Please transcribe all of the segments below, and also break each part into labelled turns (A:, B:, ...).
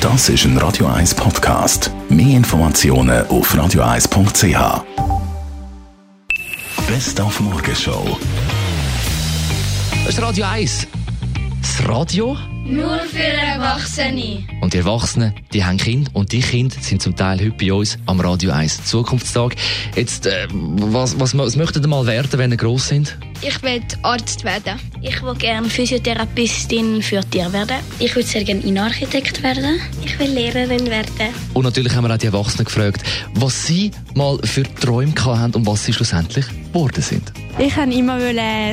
A: Das ist ein Radio 1 Podcast. Mehr Informationen auf radio1.ch. Best auf Morgenshow.
B: Das ist Radio 1. Das Radio
C: Nur für Erwachsene.
B: und die Erwachsenen, die haben Kinder und die Kinder sind zum Teil heute bei uns am Radio 1 Zukunftstag. Jetzt, äh, was, was, was möchtet ihr mal werden, wenn ihr gross sind?
C: Ich will Arzt werden.
D: Ich will gerne Physiotherapeutin für Tiere werden.
E: Ich würde sehr gerne Innenarchitekt werden.
D: Ich will Lehrerin werden.
B: Und natürlich haben wir auch die Erwachsenen gefragt, was sie mal für Träume gehabt haben und was sie schlussendlich geworden sind.
F: Ich wollte immer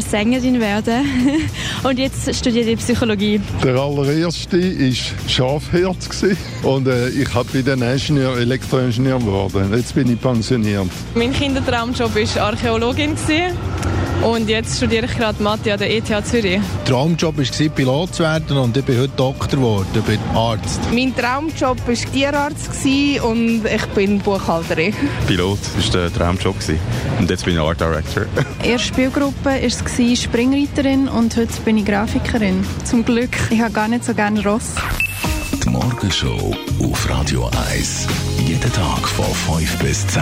F: Sängerin werden und jetzt studiere ich Psychologie.
G: Der allererste war Schafherz gewesen. und äh, ich hab- bin dann Ingenieur, Elektroingenieur geworden. Jetzt bin ich pensioniert.
F: Mein Kindertraumjob war Archäologin gewesen. und jetzt studiere ich gerade Mathe an der ETH Zürich.
H: Traumjob war, Pilot zu werden und ich bin heute Doktor geworden, ich bin Arzt.
I: Mein Traumjob war Tierarzt gewesen und ich bin Buchhalterin.
J: Pilot war der Traumjob. gewesen. Und jetzt bin ich Art Director.
I: Erste Spielgruppe war Springreiterin und heute bin ich Grafikerin. Zum Glück, ich habe gar nicht so gerne Ross.
A: Die Morgenshow auf Radio 1. Jeden Tag von 5 bis 10.